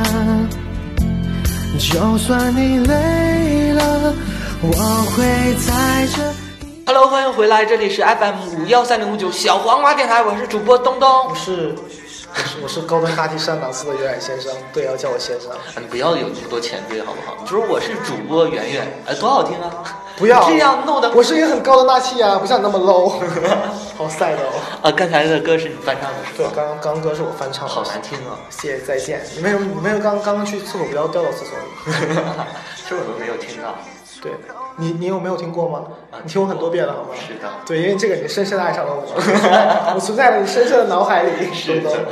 S1: 就算你累了，我会在这。
S2: Hello，欢迎回来，这里是 FM 五幺三零五九小黄瓜电台，我是主播东东
S3: 我。是我是我是高端大气上档次的有点先生，对，要叫我
S1: (laughs)
S3: 先生。
S2: 哎你不要有那么多前缀好不好？就是我是主播圆圆，哎，多好听啊！ (laughs)
S3: 不要
S2: 这样弄的。
S3: 我是一个很高端大气啊，不像你那么 low，好
S1: (laughs)
S3: sad 哦。
S2: 啊，刚才的歌是你翻唱的是
S3: 对
S2: 吧，？
S3: 刚刚刚歌是我翻唱的，
S2: 好难听 (laughs) 啊！
S3: 谢谢再见。你为什么你为什么刚刚刚去厕所不要掉到厕所里？
S2: 这我都没有听到。
S3: 对你你有没有听过吗
S2: 啊？
S3: 你听过很多遍了好吗？
S2: 是的
S3: 对，因为这个你深深的爱上
S2: (laughs)
S3: 了我，我存在了你深深的脑海里。
S2: 是的嗯
S3: 东东。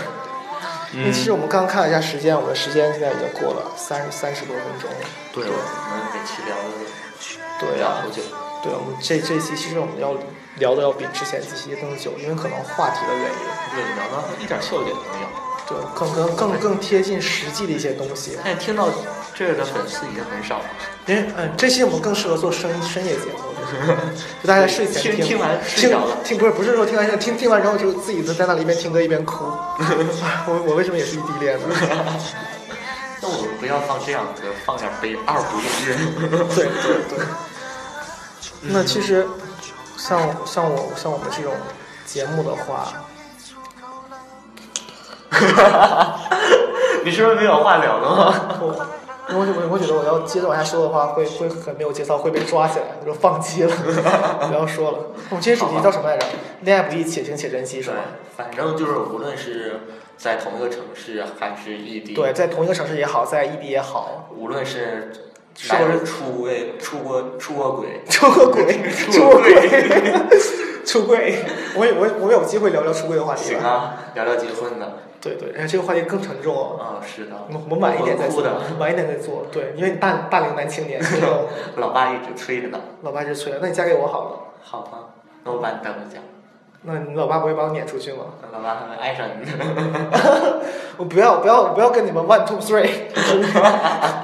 S3: 因为其实我们刚刚看了一下时间，我们的时间现在已经过了三十三十多分钟。
S2: 对，我们每期聊了
S3: 对
S2: 聊
S3: 啊
S2: 好久。
S3: 对，我们这这一期其实我们要聊的要比之前几期更久，因为可能话题的原因，
S2: 对，聊到一点笑点都没有。
S3: 对，更更更更贴近实际的一些东西。
S2: 但是听到这儿的粉丝已经很 (laughs) 少了。
S3: 因为嗯，这期我们更适合做深深夜节目，我觉得就大家睡前
S2: 听听完睡着了
S3: 听听不是不是说听完听听完之后就自己在那里一边听歌一边哭。 (laughs) 哎我我为什么也是异地恋呢？ (laughs)
S2: 那我们不要放这样的歌，放点悲二胡 (laughs) 的
S3: 对对对。那其实像像我像我们这种节目的话，
S2: 乐。你是不是没有话聊了吗？
S3: 我我我我觉得我要接着往下说的话，会会很没有节操，会被抓起来，就放弃了， (laughs) 不要说了。我们今天主题叫什么来着？恋爱不易，且行且珍惜，是
S2: 对
S3: 吗？，
S2: 反正就是无论是在同一个城市还是异地，
S3: 对，，在同一个城市也好，在异地也好，
S2: 无论是
S3: 是
S2: 男
S3: 不是
S2: 人出轨、出过出过轨，
S3: 出过轨，
S2: 出
S3: 出
S2: 过
S3: 过
S2: 轨
S3: 轨，出轨。 (laughs) 我也我也我们有机会聊聊出轨的话题
S2: 行
S3: 吧。
S2: 啊，聊聊结婚的，
S3: 对对，然后这个话题更沉重哦。
S2: 啊、是的，
S3: 我们我们晚一点再
S2: 哭
S3: 做
S2: 的，，
S3: 晚一点再做。对，因为你大大龄男青年，这 (laughs) 种
S2: 老爸一直催着呢，
S3: 老爸就催了，那你嫁给我好了。
S2: 好吧，那我把你带回家，
S3: 那你老爸不会把我撵出去吗？
S2: 老爸还会爱上你的，
S3: 我不要不要不要跟你们 one two three，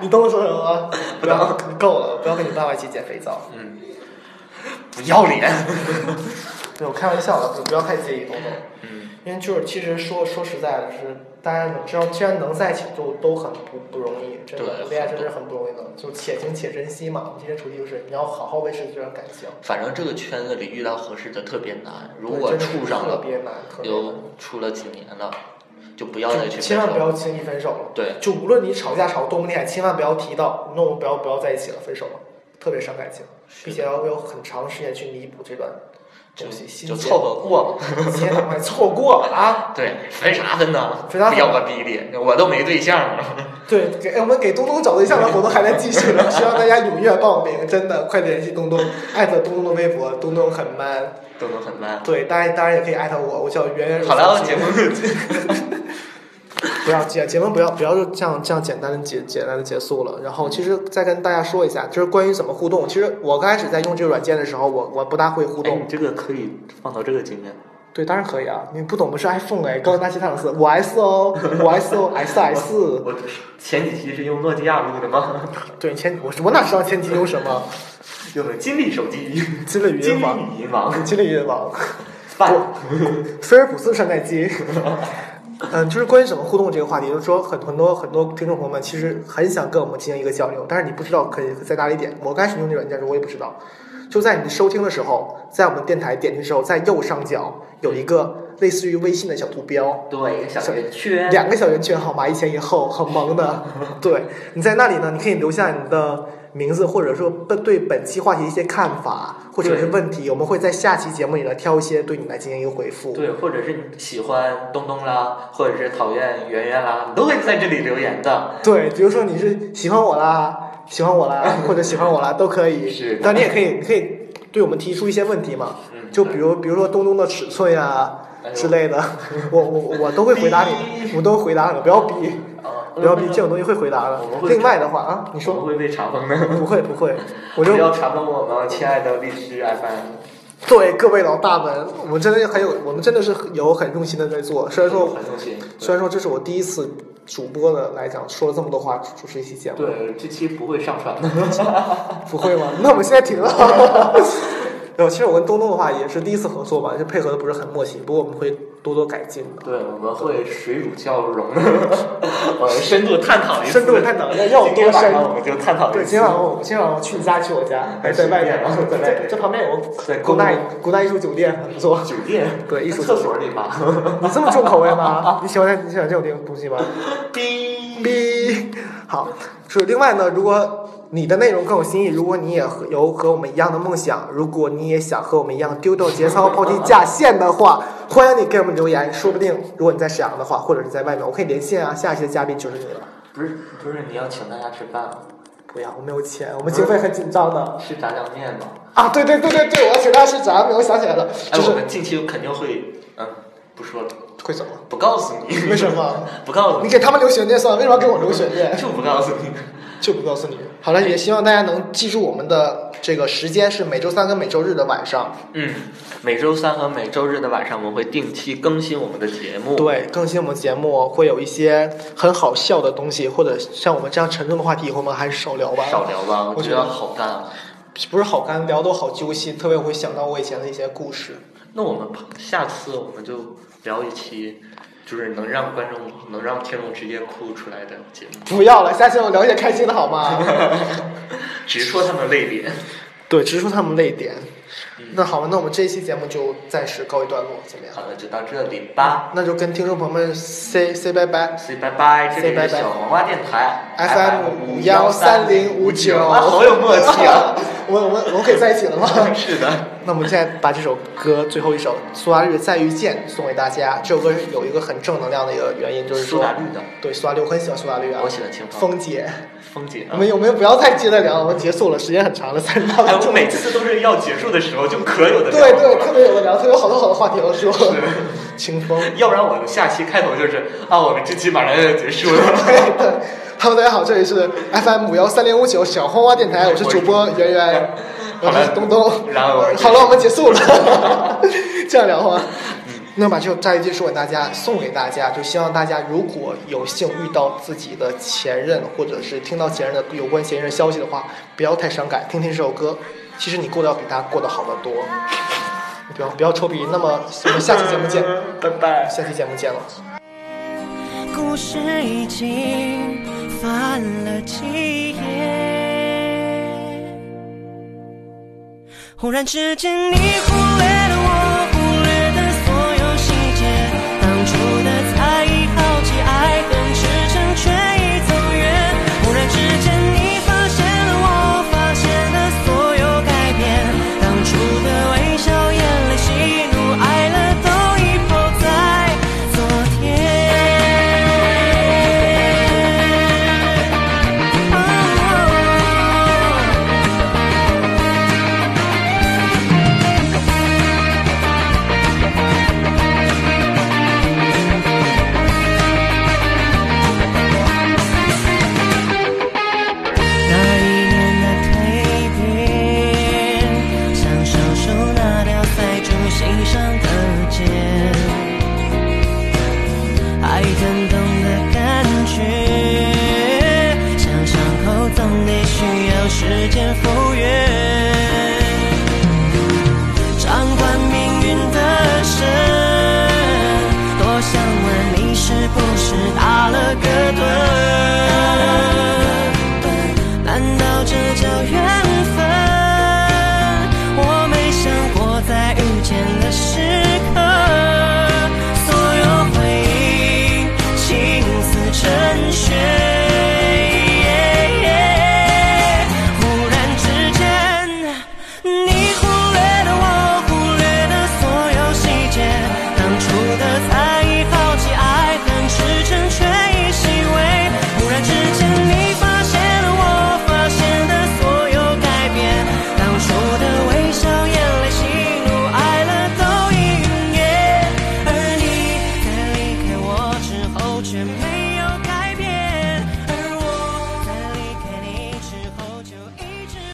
S3: 你懂我说什么吗？不要够了，不要跟你爸爸一起捡肥皂。
S2: 嗯， (laughs) 不要脸，
S3: 对我开玩笑的，不要太介意，懂懂。
S2: 嗯，
S3: 因为就是其实说说实在的，就是大家能知道，既然能在一起就都很不不容易，真的
S2: 对
S3: 恋爱真是很不容易的，就且行且珍惜嘛。我们今天主题就是你要好好维持这段感情，
S2: 反正这个圈子里遇到合适的特别难，如
S3: 对
S2: 果
S3: 真的
S2: 处上
S3: 特
S2: 了，
S3: 别难，特别难。
S2: 又处了几年了，就不要再去
S3: 就千万
S2: 分
S3: 不
S2: 手
S3: 要轻易分手了。
S2: 对
S3: 就无论你吵架吵多么厉害，千万不要提到，那我们不要不要在一起了，分手了，特别伤感情，
S2: 是的
S3: 并且要有很长时间去弥补这段
S2: 就
S3: 东西。心
S2: 就
S3: 结
S2: 凑合过吧。
S3: 结赶快凑过了啊！
S2: (laughs) 对，分啥分呢？
S3: 分啥
S2: 不
S3: 分
S2: 要个逼的，我都没对象呢。
S3: 对，给哎我们给东东找对象的活动还在继续呢，希望大家踊跃报名，真的快点联系东东，艾特东东的微博，东东很 (laughs) man。
S2: 都能很慢。 (laughs)
S3: 对，当然当然也可以艾特我，我叫圆圆。
S2: 好了，节目
S3: 不 (laughs) 要结结论不要不要就这样这样简单的结简单的结束了。然后其实再跟大家说一下，就是关于怎么互动。其实我刚开始在用这个软件的时候，我我不大会互
S2: 哎，
S3: 动
S2: 你。这个可以放到这个界面。
S3: 对，当然可以啊，你不懂不是 iPhone 哎，高达西坦斯，我 S 哦，我 S 哦，S S。
S2: 我前几期是用诺基亚录的吗？ (laughs)
S3: 对，前我我哪知道前提用什么？
S2: 用的金立手机，
S3: (laughs) 金立语
S2: 金
S3: 音
S2: 立
S3: 网，
S2: 语音网，
S3: 金立语音网。
S2: 饭
S3: 菲尔普斯山寨机。 (laughs) 嗯，就是关于什么互动这个话题，就是说很很多很多听众朋友们其实很想跟我们进行一个交流，但是你不知道可以在哪里点。我刚开始用这软件的时候，我也不知道，就在你收听的时候，在我们电台点击的时候，在右上角有一个类似于微信的小图标，
S2: 对，一个小圆圈，
S3: 两个小圆圈，好吗？一前一后，很萌的。 (laughs) 对，你在那里呢，你可以留下你的名字，或者说本对本期话题一些看法或者是
S2: 对
S3: 问题，我们会在下期节目里呢挑一些对你来进行一个回复。
S2: 对，或者是你喜欢东东啦，或者是讨厌圆圆啦，你都会在这里留言的。
S3: 对，比如说你是喜欢我啦，喜欢
S2: (laughs)
S3: 我啦，或者喜欢我啦，都可以。
S2: 是
S3: 但你也可以，你可以对我们提出一些问题嘛，
S2: 嗯
S3: 就比如比如说东东的尺寸呀、
S2: 哎呦
S3: 之类的，我我我都会回答你，我都会回答你，不要逼，
S2: 啊
S3: 不要逼，这种东西会回答的
S2: 我们。会
S3: 另外的话啊，你
S2: 我们
S3: 说
S2: 会被查封的。
S3: 不会不会，我就
S2: 不要查封我们，亲爱的律师 FM。
S3: 作为各位老大们，我们真的很有，我们真的是有很用心的在做，虽然说
S2: 很用心。
S3: 虽然说这是我第一次主播的来讲，说了这么多话，主持一期节目。
S2: 对，这期不会上传的。
S3: (laughs) 不会吗？那我们现在停了。没有，其实我跟东东的话也是第一次合作嘛，就配合的不是很默契，不过我们会多多改进的。
S2: 对，我们会水乳交融，呃，深度探讨一次。
S3: 深度探讨要要
S2: 今
S3: 有
S2: 天晚
S3: 多
S2: 上
S3: 深？
S2: 我们就探讨一次。
S3: 对，今天晚上我今天晚上我去你家，去我家，还是在外面
S2: 还是在外面
S3: 这这旁边有
S2: 在公
S3: 个古
S2: 路
S3: 代古代艺术酒店，很不错。
S2: 酒店，
S3: 对艺术
S2: 厕所里吧。
S3: (laughs) 你这么重口味 (laughs) 吗？你喜欢你喜欢这种东西吗？
S2: (laughs) 哔，
S3: 哔，好，是另外呢，如果你的内容更有新意，如果你也和有和我们一样的梦想，如果你也想和我们一样丢掉节操、抛弃下线的话，欢迎你给我们留言，说不定如果你在沈阳的话，或者是在外面，我可以连线啊，下一期的嘉宾就是你了。
S2: 不是不是，你要请大家吃饭吗？
S3: 不要，我没有钱，我们经费很紧张的
S2: 吃炸酱面吗？
S3: 啊！对对对对对，我要请大家吃炸酱面，我想起来了，
S2: 哎，
S3: 就
S2: 我
S3: 是
S2: 们近期肯定会，嗯，不说了，
S3: 会什么？
S2: 不告诉你。
S3: 为什？么？
S2: (laughs) 不告诉
S3: 你
S2: 你，
S3: 给他们留悬念算了，为什么要给我留悬念？
S2: 就不告诉你。
S3: 就不告诉你。好了，也希望大家能记住我们的这个时间是每周三跟每周日的晚上，
S2: 嗯，每周三和每周日的晚上，我们会定期更新我们的节目。，
S3: 对，更新我们节目会有一些很好笑的东西，或者像我们这样沉重的话题，以后我们还是少聊吧。
S2: 少聊吧，我
S3: 我
S2: 觉
S3: 觉
S2: 得
S3: 得
S2: 好干啊。
S3: 不是好干，聊都好揪心，特别我会想到我以前的一些故事。
S2: 那我们下次我们就聊一期，就是能让观众、能让听众直接哭出来的节目，
S3: 不要了，下次我聊一些开心的好吗？
S2: (laughs) 直说他们泪点。
S3: 对，直说他们泪点。那好吧，那我们这一期节目就暂时告一段落，怎么样
S2: 好？了，就到这里吧
S3: 那就跟听众朋友们 say say 拜拜。
S2: ，say 拜拜，这
S3: say
S2: 里是
S3: 拜拜
S2: 小黄瓜电台
S3: FM 五幺三零五九，
S2: (laughs) 啊好有默契啊！！
S3: (laughs) 我我们我们可以在一起了吗？
S2: 是的。
S3: 那我们现在把这首歌最后一首《苏打绿再遇见》送给大家。这首歌是有一个很正能量的一个原因，就是
S2: 苏
S3: 说
S2: 打绿的
S3: 对苏打绿，我很喜欢苏打绿啊。
S2: 我喜欢清风
S3: 风姐，
S2: 风景
S3: 我
S2: 啊。
S3: 们有没有不要再接着聊？我们结束了，时间很长了，三十八
S2: 哎，
S3: 分
S2: 我
S3: 钟。
S2: 每次都是要结束的时候就可有的
S3: 对对，特别有的聊，特别有好多好多话题要说。 (laughs) 清风，
S2: 要不然我的下期开头就是啊，我们这期马上要结束
S3: 对
S2: 了。
S3: 对。Hello，大家 (laughs) 好，这里是 FM 五幺三零五九小黄花电台，我是主播圆圆，
S2: 哎好
S3: 我
S2: 了
S3: 是东东。
S2: 然后我们
S3: 好了，我们结束了， (laughs) 这样聊吗？那把这首《再遇见》送给大家，送给大家，就希望大家如果有幸遇到自己的前任，或者是听到前任的有关前任消息的话，不要太伤感，听听这首歌，其实你过得要比他过得好得多。你不要不要臭逼，那么我们下期节目见，
S2: (laughs) 拜拜。
S3: 下期节目见了。
S1: 故事已经翻了几页。忽然之间，你忽略了我忽略的所有细节，当初的猜疑、好奇、爱恨之争却已走远。忽然之间，你发现了我发现了所有改变，当初的微笑、眼泪、喜怒哀乐都已不在昨天。哦时间浮云，掌管命运的神，多想问你是不是打了个盹？难道